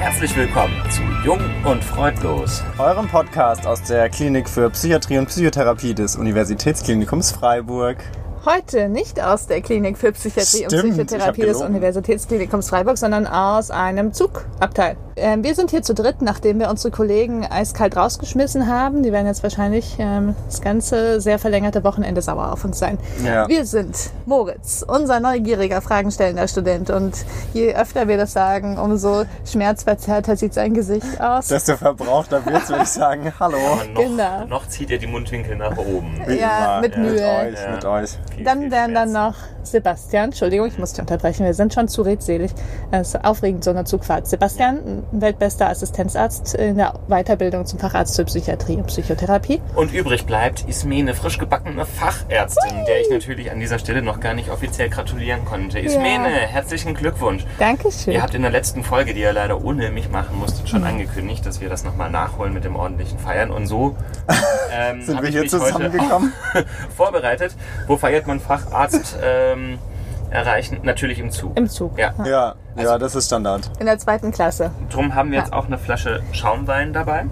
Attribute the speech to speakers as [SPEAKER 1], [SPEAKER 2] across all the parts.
[SPEAKER 1] Herzlich willkommen zu Jung und Freudlos.
[SPEAKER 2] Eurem Podcast aus der Klinik für Psychiatrie und Psychotherapie des Universitätsklinikums Freiburg.
[SPEAKER 3] Heute nicht aus der Klinik für Psychiatrie
[SPEAKER 2] Stimmt,
[SPEAKER 3] und
[SPEAKER 2] ich hab
[SPEAKER 3] Psychotherapie des
[SPEAKER 2] gelogen.
[SPEAKER 3] Universitätsklinikums Freiburg, sondern aus einem Zugabteil. Ähm, wir sind hier zu dritt, nachdem wir unsere Kollegen eiskalt rausgeschmissen haben. Die werden jetzt wahrscheinlich ähm, das ganze sehr verlängerte Wochenende sauer auf uns sein.
[SPEAKER 2] Ja.
[SPEAKER 3] Wir sind Moritz, unser neugieriger, fragenstellender Student. Und je öfter wir das sagen, umso schmerzverzerrter sieht sein Gesicht aus.
[SPEAKER 2] Desto verbrauchter wird's, würde ich sagen. Hallo.
[SPEAKER 1] Und noch,
[SPEAKER 3] Genau.
[SPEAKER 1] noch zieht ihr die Mundwinkel nach oben.
[SPEAKER 2] Wie
[SPEAKER 3] Ja,
[SPEAKER 2] immer.
[SPEAKER 3] mit
[SPEAKER 2] Mit
[SPEAKER 3] Mühe.
[SPEAKER 2] euch,
[SPEAKER 1] Ja.
[SPEAKER 2] mit euch.
[SPEAKER 1] Viel,
[SPEAKER 3] Dann
[SPEAKER 1] viel
[SPEAKER 3] wären dann
[SPEAKER 1] Schmerz.
[SPEAKER 3] noch Sebastian. Entschuldigung, ich muss dich unterbrechen. Wir sind schon zu redselig. Es ist aufregend, so eine Zugfahrt. Sebastian, ein weltbester Assistenzarzt in der Weiterbildung zum Facharzt für Psychiatrie und Psychotherapie.
[SPEAKER 1] Und übrig bleibt Ismene, frisch gebackene Fachärztin, der ich natürlich an dieser Stelle noch gar nicht offiziell gratulieren konnte. Ismene, herzlichen Glückwunsch.
[SPEAKER 3] Dankeschön.
[SPEAKER 1] Ihr habt in der letzten Folge, die ihr leider ohne mich machen musstet, schon
[SPEAKER 2] Hm.
[SPEAKER 1] angekündigt, dass wir das nochmal nachholen mit dem ordentlichen Feiern. Und so ähm,
[SPEAKER 2] Sind
[SPEAKER 1] hab
[SPEAKER 2] wir
[SPEAKER 1] ich
[SPEAKER 2] hier
[SPEAKER 1] mich heute
[SPEAKER 2] zusammengekommen?
[SPEAKER 1] vorbereitet. Wo feiert man Facharzt ähm, erreichen? Natürlich im Zug.
[SPEAKER 3] Im Zug.
[SPEAKER 1] Ja.
[SPEAKER 2] Ja,
[SPEAKER 3] Also
[SPEAKER 2] ja, das ist Standard.
[SPEAKER 3] In der zweiten Klasse.
[SPEAKER 1] Drum haben wir jetzt auch eine Flasche Schaumwein dabei.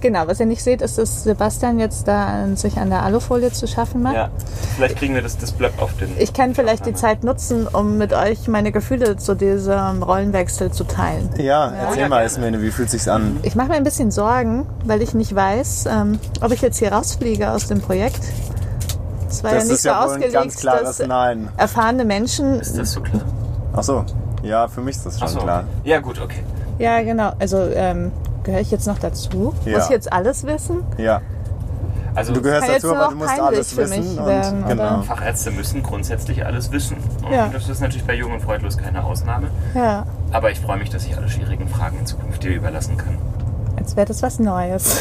[SPEAKER 3] Genau, was ihr nicht seht, ist, dass Sebastian jetzt da an, sich an der Alufolie zu schaffen macht.
[SPEAKER 1] Ja. Vielleicht kriegen wir das, das Blöck auf den.
[SPEAKER 3] Ich kann vielleicht die Zeit nutzen, um mit euch meine Gefühle zu diesem Rollenwechsel zu teilen.
[SPEAKER 2] Ja, erzähl
[SPEAKER 1] Ja,
[SPEAKER 2] mal,
[SPEAKER 1] gerne.
[SPEAKER 2] Ismene, wie fühlt sich's an?
[SPEAKER 3] Ich mache mir ein bisschen Sorgen, weil ich nicht weiß, ähm, ob ich jetzt hier rausfliege aus dem Projekt. Es war
[SPEAKER 2] Das
[SPEAKER 3] ja nicht
[SPEAKER 2] ist ja
[SPEAKER 3] so
[SPEAKER 2] wohl ein
[SPEAKER 3] ausgelegt,
[SPEAKER 2] ganz klares
[SPEAKER 3] dass
[SPEAKER 2] Nein.
[SPEAKER 3] erfahrene Menschen.
[SPEAKER 1] Ist das so klar?
[SPEAKER 2] Ach so. Ja, für mich ist das schon
[SPEAKER 1] Achso.
[SPEAKER 2] klar.
[SPEAKER 1] Ja, gut, okay.
[SPEAKER 3] Ja, genau. Also ähm, gehöre ich jetzt noch dazu?
[SPEAKER 2] Ja.
[SPEAKER 3] Muss ich jetzt alles wissen?
[SPEAKER 2] Ja.
[SPEAKER 1] Also
[SPEAKER 2] Du gehörst
[SPEAKER 3] Kann jetzt
[SPEAKER 2] dazu,
[SPEAKER 3] nur
[SPEAKER 2] aber
[SPEAKER 3] noch
[SPEAKER 2] du musst
[SPEAKER 3] peinlich
[SPEAKER 2] alles
[SPEAKER 3] für
[SPEAKER 2] wissen.
[SPEAKER 3] mich
[SPEAKER 2] Und,
[SPEAKER 3] werden, oder?
[SPEAKER 2] genau.
[SPEAKER 1] Fachärzte müssen grundsätzlich alles wissen. Und
[SPEAKER 3] Ja.
[SPEAKER 1] das ist natürlich bei Jung und Freudlos keine Ausnahme.
[SPEAKER 3] Ja.
[SPEAKER 1] Aber ich freue mich, dass ich alle schwierigen Fragen in Zukunft dir überlassen kann.
[SPEAKER 3] Jetzt wäre das was Neues.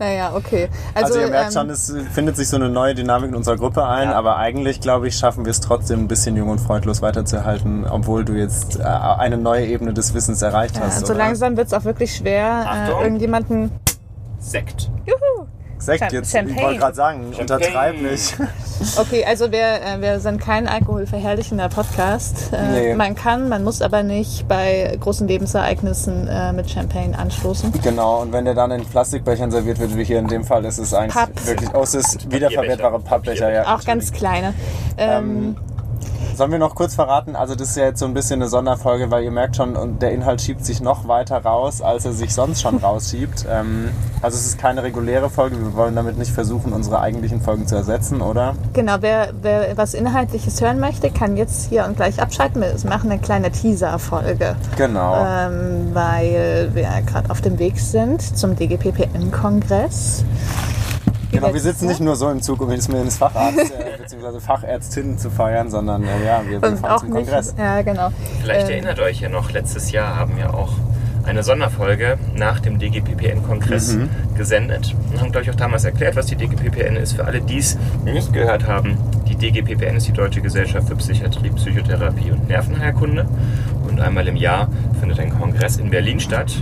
[SPEAKER 3] naja, okay. Also,
[SPEAKER 2] Also, ihr merkt
[SPEAKER 3] ähm,
[SPEAKER 2] schon, es findet sich so eine neue Dynamik in unserer Gruppe ein,
[SPEAKER 1] Ja.
[SPEAKER 2] aber eigentlich, glaube ich, schaffen wir es trotzdem ein bisschen jung und freudlos weiterzuhalten, obwohl du jetzt äh, eine neue Ebene des Wissens erreicht
[SPEAKER 3] ja,
[SPEAKER 2] hast.
[SPEAKER 3] so
[SPEAKER 2] oder?
[SPEAKER 3] langsam wird es auch wirklich schwer,
[SPEAKER 1] Achtung.
[SPEAKER 3] äh, irgendjemanden.
[SPEAKER 1] Sekt.
[SPEAKER 3] Juhu!
[SPEAKER 2] Sekt
[SPEAKER 3] Cham-
[SPEAKER 2] jetzt,
[SPEAKER 3] Champagne.
[SPEAKER 2] ich wollte gerade sagen, untertreib nicht.
[SPEAKER 3] Okay, also wir, äh, wir sind kein alkoholverherrlichender Podcast. Äh,
[SPEAKER 2] Nee.
[SPEAKER 3] Man kann, man muss aber nicht bei großen Lebensereignissen äh, mit Champagne anstoßen.
[SPEAKER 2] genau, und wenn der dann in Plastikbechern serviert wird, wie hier in dem Fall, ist es eigentlich
[SPEAKER 3] Papp.
[SPEAKER 2] wirklich, oh, es ist wiederverwertbare Pappbecher, ja.
[SPEAKER 3] Auch ganz kleine. Ähm,
[SPEAKER 2] Sollen wir noch kurz verraten, also das ist ja jetzt so ein bisschen eine Sonderfolge, weil ihr merkt schon, und der Inhalt schiebt sich noch weiter raus, als er sich sonst schon rausschiebt. Ähm, also es ist keine reguläre Folge, wir wollen damit nicht versuchen, unsere eigentlichen Folgen zu ersetzen, oder?
[SPEAKER 3] genau, wer, wer was Inhaltliches hören möchte, kann jetzt hier und gleich abschalten. Wir machen eine kleine Teaser-Folge,
[SPEAKER 2] Genau.
[SPEAKER 3] ähm, weil wir gerade auf dem Weg sind zum DGPPN-Kongress.
[SPEAKER 2] genau, wir sitzen nicht nur so im Zug, um jetzt mit ins Facharzt äh, bzw. Fachärztinnen zu feiern, sondern äh, ja, wir, wir
[SPEAKER 3] und
[SPEAKER 2] fahren
[SPEAKER 3] auch
[SPEAKER 2] zum
[SPEAKER 3] nicht.
[SPEAKER 2] Kongress.
[SPEAKER 3] Ja, genau.
[SPEAKER 1] Vielleicht
[SPEAKER 3] Ähm,
[SPEAKER 1] erinnert euch ja noch, letztes Jahr haben wir auch eine Sonderfolge nach dem DGPPN-Kongress
[SPEAKER 3] Mhm.
[SPEAKER 1] gesendet und haben, glaube ich, auch damals erklärt, was die DGPPN ist. Für alle, die es nicht gehört haben, die DGPPN ist die Deutsche Gesellschaft für Psychiatrie, Psychotherapie und Nervenheilkunde. Und einmal im Jahr findet ein Kongress in Berlin statt.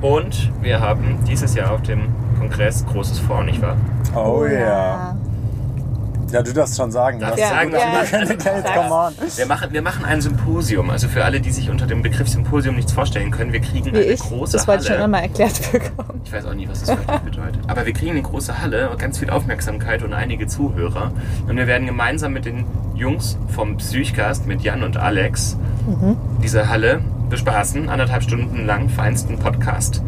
[SPEAKER 1] Und wir haben dieses Jahr auf dem Kongress großes Vor, nicht wahr?
[SPEAKER 2] Oh yeah. Ja, du darfst schon sagen.
[SPEAKER 1] Darf
[SPEAKER 2] was-
[SPEAKER 1] ich sagen, was
[SPEAKER 3] ja.
[SPEAKER 1] wir machen?
[SPEAKER 2] Jetzt, come on.
[SPEAKER 1] Wir machen, wir machen ein Symposium. Also für alle, die sich unter dem Begriff Symposium nichts vorstellen können, wir kriegen
[SPEAKER 3] Wie
[SPEAKER 1] eine
[SPEAKER 3] ich,
[SPEAKER 1] große
[SPEAKER 3] das wollte ich schon
[SPEAKER 1] Halle.
[SPEAKER 3] immer erklärt bekommen.
[SPEAKER 1] Ich weiß auch nie, was das wirklich bedeutet. Aber wir kriegen eine große Halle, ganz viel Aufmerksamkeit und einige Zuhörer. Und wir werden gemeinsam mit den Jungs vom Psychcast, mit Jan und Alex,
[SPEAKER 2] Mhm.
[SPEAKER 1] diese Halle bespaßen. Anderthalb Stunden lang feinsten Podcast,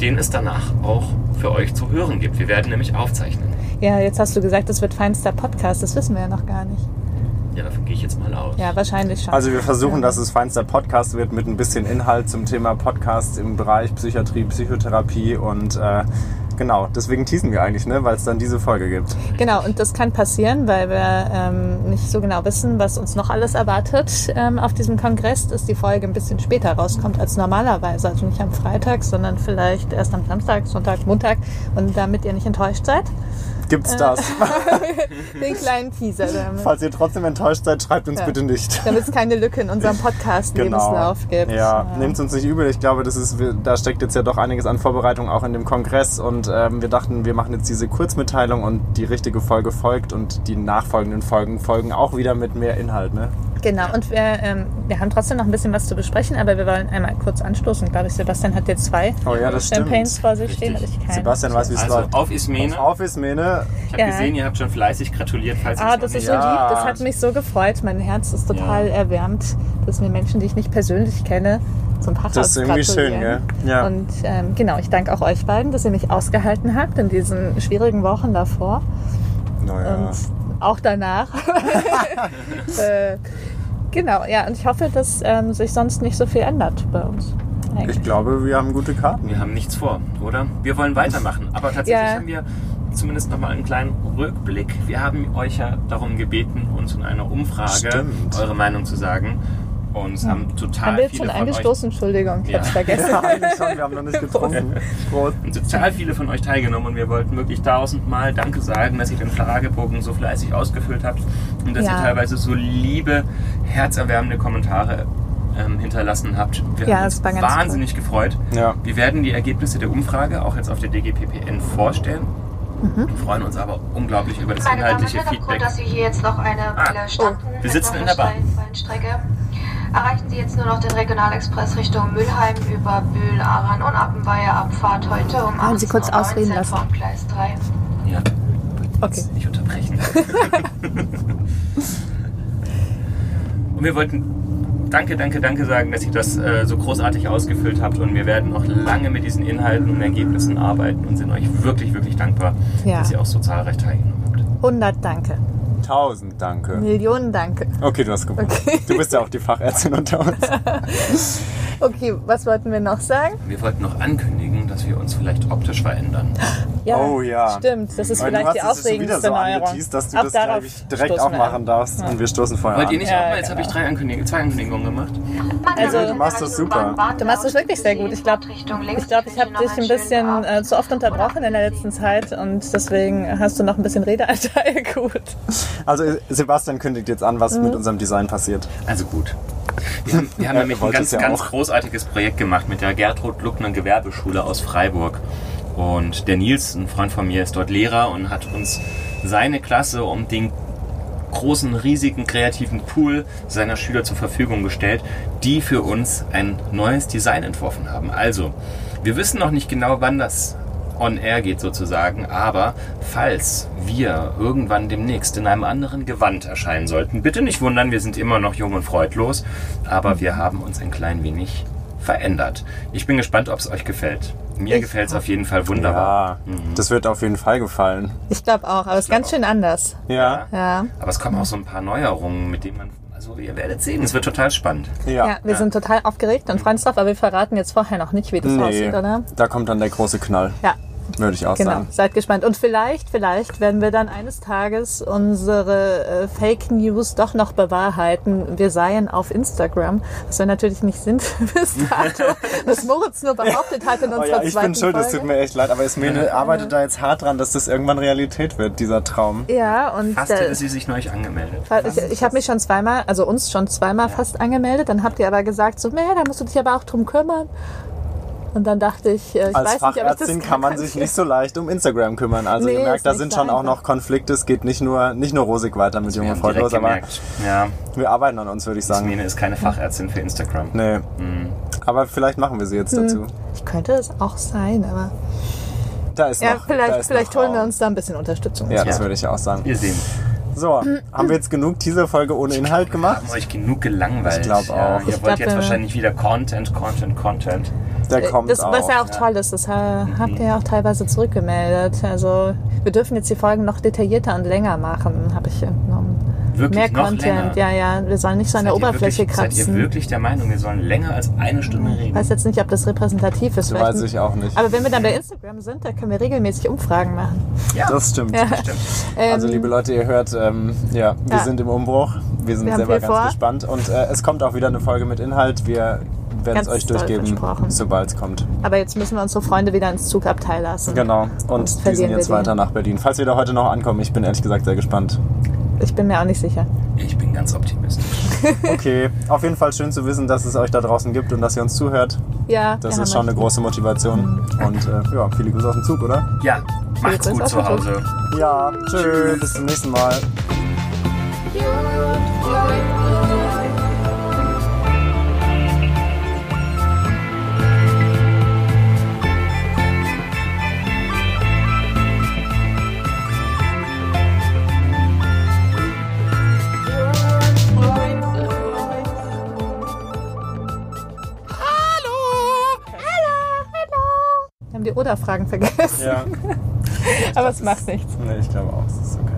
[SPEAKER 1] den es danach auch für euch zu hören gibt. Wir werden nämlich aufzeichnen.
[SPEAKER 3] Ja, jetzt hast du gesagt, das wird feinster Podcast. Das wissen wir ja noch gar nicht.
[SPEAKER 1] Ja, davon gehe ich jetzt mal aus.
[SPEAKER 3] Ja, wahrscheinlich schon.
[SPEAKER 2] Also wir versuchen, dass es feinster Podcast wird mit ein bisschen Inhalt zum Thema Podcast im Bereich Psychiatrie, Psychotherapie und äh, genau, deswegen teasen wir eigentlich, ne, weil es dann diese Folge gibt.
[SPEAKER 3] Genau, und das kann passieren, weil wir ähm, nicht so genau wissen, was uns noch alles erwartet ähm, auf diesem Kongress, dass die Folge ein bisschen später rauskommt als normalerweise. Also nicht am Freitag, sondern vielleicht erst am Samstag, Sonntag, Montag. Und damit ihr nicht enttäuscht seid, Äh.
[SPEAKER 2] Gibt's das?
[SPEAKER 3] den kleinen Teaser. Damit,
[SPEAKER 2] Falls ihr trotzdem enttäuscht seid, schreibt uns
[SPEAKER 3] Ja.
[SPEAKER 2] bitte nicht. Genau.
[SPEAKER 3] damit es keine Lücke in unserem Podcast-Lebenslauf gibt.
[SPEAKER 2] Ja, nehmt uns nicht übel. Ich glaube, das ist, wir- da steckt jetzt ja doch einiges an Vorbereitung auch in dem Kongress und ähm, wir dachten, wir machen jetzt diese Kurzmitteilung und die richtige Folge folgt und die nachfolgenden Folgen folgen auch wieder mit mehr Inhalt, ne?
[SPEAKER 3] Genau, und wir, ähm, wir haben trotzdem noch ein bisschen was zu besprechen, aber wir wollen einmal kurz anstoßen. Glaube ich, Sebastian hat jetzt zwei
[SPEAKER 2] Oh ja, das
[SPEAKER 3] Champagnes
[SPEAKER 2] stimmt.
[SPEAKER 3] vor sich
[SPEAKER 1] Richtig.
[SPEAKER 3] stehen und ich keinen.
[SPEAKER 2] Sebastian weiß, wie es
[SPEAKER 1] Also
[SPEAKER 2] läuft.
[SPEAKER 1] auf Ismene.
[SPEAKER 2] Auf Ismene.
[SPEAKER 1] Ich habe
[SPEAKER 3] Ja.
[SPEAKER 1] gesehen, ihr habt schon fleißig gratuliert, falls
[SPEAKER 3] Ah,
[SPEAKER 1] ihr es
[SPEAKER 3] das
[SPEAKER 1] noch
[SPEAKER 3] ist
[SPEAKER 1] nicht
[SPEAKER 3] so
[SPEAKER 2] Ja.
[SPEAKER 3] lieb. Das hat mich so gefreut. Mein Herz ist total
[SPEAKER 1] Ja.
[SPEAKER 3] erwärmt, dass mir Menschen, die ich nicht persönlich kenne, zum Pachhaus
[SPEAKER 2] Das ist irgendwie schön,
[SPEAKER 3] gratulieren.
[SPEAKER 2] gell? Ja.
[SPEAKER 3] Und ähm, genau, ich danke auch euch beiden, dass ihr mich ausgehalten habt in diesen schwierigen Wochen davor
[SPEAKER 2] Naja.
[SPEAKER 3] und auch danach. äh, genau, ja, und ich hoffe, dass ähm, sich sonst nicht so viel ändert bei uns. eigentlich.
[SPEAKER 2] Ich glaube, wir haben gute Karten.
[SPEAKER 1] Wir haben nichts vor, oder? Wir wollen weitermachen. Aber tatsächlich
[SPEAKER 3] Ja.
[SPEAKER 1] haben wir zumindest nochmal einen kleinen Rückblick. Wir haben euch ja darum gebeten, uns in einer Umfrage
[SPEAKER 2] Stimmt.
[SPEAKER 1] eure Meinung zu sagen. Und es haben total
[SPEAKER 3] Hm. Haben wir jetzt
[SPEAKER 1] viele
[SPEAKER 3] schon
[SPEAKER 1] von
[SPEAKER 3] angestoßen? Entschuldigung, ich
[SPEAKER 1] Ja.
[SPEAKER 3] hab's vergessen.
[SPEAKER 2] Ja, eigentlich schon, wir haben noch nicht getrunken. Prost.
[SPEAKER 1] euch, total viele von euch teilgenommen und wir wollten wirklich tausendmal Danke sagen, dass ihr den Fragebogen so fleißig ausgefüllt habt und dass
[SPEAKER 3] Ja.
[SPEAKER 1] ihr teilweise so liebe, herzerwärmende Kommentare ähm, hinterlassen habt. Wir
[SPEAKER 3] Ja,
[SPEAKER 1] haben
[SPEAKER 3] es
[SPEAKER 1] uns
[SPEAKER 3] war ganz cool.
[SPEAKER 1] wahnsinnig gefreut.
[SPEAKER 2] Ja.
[SPEAKER 1] Wir werden die Ergebnisse der Umfrage auch jetzt auf der DGPPN vorstellen.
[SPEAKER 3] Mhm.
[SPEAKER 1] Wir freuen uns aber unglaublich über das
[SPEAKER 4] Meine Damen und
[SPEAKER 1] inhaltliche
[SPEAKER 4] Herren, aufgrund,
[SPEAKER 1] Feedback.
[SPEAKER 4] dass wir hier jetzt noch eine
[SPEAKER 1] Ah,
[SPEAKER 4] Weile standen,
[SPEAKER 1] wir sitzen in der Bahn.
[SPEAKER 4] Bahnstrecke, erreichen Sie jetzt nur noch den Regionalexpress Richtung Mülheim über Bühl, Aran und Appenweier. Abfahrt heute um
[SPEAKER 3] Wollen Sie kurz
[SPEAKER 4] 18:19
[SPEAKER 3] ausreden lassen?
[SPEAKER 4] vom Gleis 3.
[SPEAKER 1] Ja,
[SPEAKER 3] Okay.
[SPEAKER 1] nicht unterbrechen. und wir wollten Danke, danke, danke sagen, dass ihr das äh, so großartig ausgefüllt habt und wir werden noch lange mit diesen Inhalten und Ergebnissen arbeiten und sind euch wirklich, wirklich dankbar,
[SPEAKER 3] Ja.
[SPEAKER 1] dass ihr auch so zahlreich teilgenommen habt.
[SPEAKER 3] 100 Danke.
[SPEAKER 2] Tausend Danke.
[SPEAKER 3] Millionen Danke.
[SPEAKER 2] Okay, du hast gewonnen.
[SPEAKER 3] Okay.
[SPEAKER 2] Du bist ja auch die Fachärztin unter uns.
[SPEAKER 3] Okay, was wollten wir noch sagen?
[SPEAKER 1] Wir wollten noch ankündigen, dass wir uns vielleicht optisch verändern.
[SPEAKER 3] Ja,
[SPEAKER 2] Oh ja.
[SPEAKER 3] Stimmt, das ist
[SPEAKER 2] Weil
[SPEAKER 3] vielleicht die
[SPEAKER 2] du hast es schon wieder
[SPEAKER 3] aufregendste
[SPEAKER 2] so
[SPEAKER 3] Neuerung.
[SPEAKER 2] angeteased, dass du
[SPEAKER 3] Auch
[SPEAKER 2] das,
[SPEAKER 3] darauf
[SPEAKER 2] glaube ich, direkt
[SPEAKER 3] stoßen
[SPEAKER 2] auch
[SPEAKER 3] wir
[SPEAKER 2] machen
[SPEAKER 3] an.
[SPEAKER 2] darfst. Und wir stoßen vorher
[SPEAKER 1] Wollt
[SPEAKER 2] an.
[SPEAKER 1] ihr nicht
[SPEAKER 3] Ja,
[SPEAKER 1] auch mal? Jetzt
[SPEAKER 3] genau.
[SPEAKER 1] habe ich drei Ankündigungen, zwei Ankündigungen gemacht.
[SPEAKER 4] Meine
[SPEAKER 3] Also-
[SPEAKER 4] Damen und
[SPEAKER 3] Du
[SPEAKER 2] machst das
[SPEAKER 4] Herren,
[SPEAKER 2] super.
[SPEAKER 4] Bahn- Bahn-
[SPEAKER 3] Du machst das wirklich sehr gut. Ich glaube,
[SPEAKER 4] Fahrtrichtung links.
[SPEAKER 3] ich, glaub, ich habe
[SPEAKER 4] wünsche
[SPEAKER 3] dich
[SPEAKER 4] noch
[SPEAKER 3] ein
[SPEAKER 4] einen
[SPEAKER 3] bisschen
[SPEAKER 4] schönen
[SPEAKER 3] äh,
[SPEAKER 4] Abend.
[SPEAKER 3] zu oft unterbrochen in der letzten Zeit und deswegen hast du noch ein bisschen Redeanteil. Gut.
[SPEAKER 2] Also Sebastian kündigt jetzt an, was
[SPEAKER 3] Mhm.
[SPEAKER 2] mit unserem Design passiert.
[SPEAKER 1] Also gut. Wir haben, wir haben
[SPEAKER 2] Ja,
[SPEAKER 1] nämlich
[SPEAKER 2] ihr
[SPEAKER 1] ein
[SPEAKER 2] wollt
[SPEAKER 1] ganz,
[SPEAKER 2] es ja
[SPEAKER 1] ganz
[SPEAKER 2] auch.
[SPEAKER 1] großartiges Projekt gemacht mit der Gertrud Luckner Gewerbeschule aus Freiburg. Und der Nils, ein Freund von mir, ist dort Lehrer und hat uns seine Klasse um den großen, riesigen, kreativen Pool seiner Schüler zur Verfügung gestellt, die für uns ein neues Design entworfen haben. Also, wir wissen noch nicht genau, wann das on air geht sozusagen, aber falls wir irgendwann demnächst in einem anderen Gewand erscheinen sollten, bitte nicht wundern, wir sind immer noch jung und freudlos, aber wir haben uns ein klein wenig verändert. Ich bin gespannt, ob es euch gefällt. Mir
[SPEAKER 3] Ich
[SPEAKER 1] gefällt es auf jeden Fall wunderbar. Mhm.
[SPEAKER 2] Ja, das wird auf jeden Fall gefallen.
[SPEAKER 3] Ich glaube auch, aber es ist
[SPEAKER 1] glaub
[SPEAKER 3] ganz schön anders.
[SPEAKER 2] Ja,
[SPEAKER 3] Ja.
[SPEAKER 1] Aber es kommen auch so ein paar Neuerungen, mit denen man... Also ihr werdet sehen, es wird total spannend.
[SPEAKER 3] Ja,
[SPEAKER 2] ja.
[SPEAKER 3] wir sind total aufgeregt und freuen uns drauf, aber wir verraten jetzt vorher noch nicht, wie das
[SPEAKER 2] Nee,
[SPEAKER 3] aussieht, oder?
[SPEAKER 2] da kommt dann der große Knall,
[SPEAKER 3] Ja,
[SPEAKER 2] würde ich auch
[SPEAKER 3] genau.
[SPEAKER 2] sagen.
[SPEAKER 3] Seid gespannt. Und vielleicht, vielleicht werden wir dann eines Tages unsere äh, Fake News doch noch bewahrheiten. Wir seien auf Instagram, was wir natürlich nicht sind bis dato, was Moritz nur behauptet hat in
[SPEAKER 2] Oh
[SPEAKER 3] unserer
[SPEAKER 2] ja, ich
[SPEAKER 3] zweiten
[SPEAKER 2] bin schuld, es
[SPEAKER 3] Folge.
[SPEAKER 2] tut mir echt leid, aber Ismene arbeitet da jetzt hart dran, dass das irgendwann Realität wird, dieser Traum.
[SPEAKER 3] ja, und
[SPEAKER 1] Fast
[SPEAKER 3] äh,
[SPEAKER 1] hätte sie sich neulich angemeldet.
[SPEAKER 3] Weil Ich, ich habe mich schon zweimal, also uns schon zweimal fast angemeldet. Dann habt ihr aber gesagt, so, naja, da musst du dich aber auch drum kümmern. Und dann dachte ich, äh, ich
[SPEAKER 2] Als
[SPEAKER 3] weiß nicht, ob ich das
[SPEAKER 2] Fachärztin kann man sich nicht so leicht um Instagram kümmern. Also
[SPEAKER 3] Nee,
[SPEAKER 2] ihr
[SPEAKER 3] ist
[SPEAKER 2] merkt, da
[SPEAKER 3] nicht
[SPEAKER 2] sind
[SPEAKER 3] so
[SPEAKER 2] schon auch
[SPEAKER 3] einfach.
[SPEAKER 2] noch Konflikte. Es geht nicht nur, nicht nur rosig weiter mit
[SPEAKER 1] Wir
[SPEAKER 2] Jungen
[SPEAKER 1] haben
[SPEAKER 2] Freudlos,
[SPEAKER 1] direkt
[SPEAKER 2] aber
[SPEAKER 1] gemerkt, ja,
[SPEAKER 2] wir arbeiten an uns, würde ich sagen.
[SPEAKER 1] Mene ist Hm. keine Fachärztin für Instagram.
[SPEAKER 2] Nee. Aber vielleicht machen wir sie jetzt dazu.
[SPEAKER 3] Ich könnte es auch sein, aber
[SPEAKER 2] Da ist
[SPEAKER 3] ja,
[SPEAKER 2] noch. da
[SPEAKER 3] vielleicht,
[SPEAKER 2] ist
[SPEAKER 3] vielleicht
[SPEAKER 2] noch
[SPEAKER 3] holen wir
[SPEAKER 2] Raum.
[SPEAKER 3] uns da ein bisschen Unterstützung.
[SPEAKER 2] Ja, das
[SPEAKER 1] Ja.
[SPEAKER 2] würde ich auch sagen.
[SPEAKER 1] Wir sehen.
[SPEAKER 2] So, haben wir jetzt genug Teaser-Folge ohne Inhalt gemacht?
[SPEAKER 1] Haben euch genug gelangweilt.
[SPEAKER 2] Ich glaub
[SPEAKER 1] Ja,
[SPEAKER 2] auch.
[SPEAKER 1] ihr
[SPEAKER 2] Ich
[SPEAKER 1] wollt
[SPEAKER 3] glaub, äh,
[SPEAKER 1] jetzt
[SPEAKER 3] wir-
[SPEAKER 1] wahrscheinlich wieder Content, Content, Content.
[SPEAKER 2] Der kommt
[SPEAKER 3] Äh, das,
[SPEAKER 2] auch.
[SPEAKER 3] was ja auch toll ist, das ha- habt ihr ja auch teilweise zurückgemeldet. Also wir dürfen jetzt die Folgen noch detaillierter und länger machen, habe ich entnommen.
[SPEAKER 1] Wirklich
[SPEAKER 3] Mehr
[SPEAKER 1] noch
[SPEAKER 3] Content,
[SPEAKER 1] länger.
[SPEAKER 3] ja, ja. Wir sollen nicht so an der
[SPEAKER 1] Seid ihr
[SPEAKER 3] Oberfläche
[SPEAKER 1] wirklich, Seid ihr
[SPEAKER 3] kratzen.
[SPEAKER 1] wirklich der Meinung, wir sollen länger als eine Stunde
[SPEAKER 3] Ich
[SPEAKER 1] reden?
[SPEAKER 3] weiß jetzt nicht, ob das repräsentativ ist. Vielleicht-
[SPEAKER 2] weiß ich auch nicht.
[SPEAKER 3] Aber wenn wir dann bei Instagram sind, da können wir regelmäßig Umfragen machen.
[SPEAKER 1] ja,
[SPEAKER 2] Das stimmt.
[SPEAKER 1] stimmt.
[SPEAKER 2] Also liebe Leute, ihr hört, ähm, ja, wir
[SPEAKER 3] Ähm, Ja.
[SPEAKER 2] sind im Umbruch. Wir sind
[SPEAKER 3] Wir haben
[SPEAKER 2] selber
[SPEAKER 3] viel
[SPEAKER 2] ganz
[SPEAKER 3] vor.
[SPEAKER 2] gespannt. Und äh, es kommt auch wieder eine Folge mit Inhalt. Wir werden
[SPEAKER 3] Ganz
[SPEAKER 2] es euch
[SPEAKER 3] doll
[SPEAKER 2] durchgeben,
[SPEAKER 3] versprochen. Mhm.
[SPEAKER 2] sobald es kommt.
[SPEAKER 3] Aber jetzt müssen wir unsere Freunde wieder ins Zugabteil lassen.
[SPEAKER 2] Genau.
[SPEAKER 3] Sonst
[SPEAKER 2] Und die
[SPEAKER 3] verlieren
[SPEAKER 2] sind
[SPEAKER 3] wir
[SPEAKER 2] jetzt
[SPEAKER 3] den.
[SPEAKER 2] weiter nach Berlin. Falls wir da heute noch ankommen, ich bin ehrlich gesagt sehr gespannt.
[SPEAKER 3] Ich bin mir auch nicht sicher.
[SPEAKER 1] Ich bin ganz optimistisch.
[SPEAKER 2] Okay, auf jeden Fall schön zu wissen, dass es euch da draußen gibt und dass ihr uns zuhört.
[SPEAKER 3] Ja,
[SPEAKER 2] Das
[SPEAKER 3] wir
[SPEAKER 2] ist
[SPEAKER 3] haben
[SPEAKER 2] schon eine große Motivation. Und äh, ja, viele Grüße aus dem Zug, oder?
[SPEAKER 1] Ja, macht's
[SPEAKER 3] Grüße
[SPEAKER 1] gut
[SPEAKER 3] aus
[SPEAKER 1] zu
[SPEAKER 3] Hamburg.
[SPEAKER 1] Hause.
[SPEAKER 2] Ja, tschüss. Bis zum nächsten Mal.
[SPEAKER 5] You're
[SPEAKER 3] Bruder fragen vergessen.
[SPEAKER 2] Ja.
[SPEAKER 3] Aber es macht nichts.
[SPEAKER 2] Nee, ich glaube auch, es ist okay.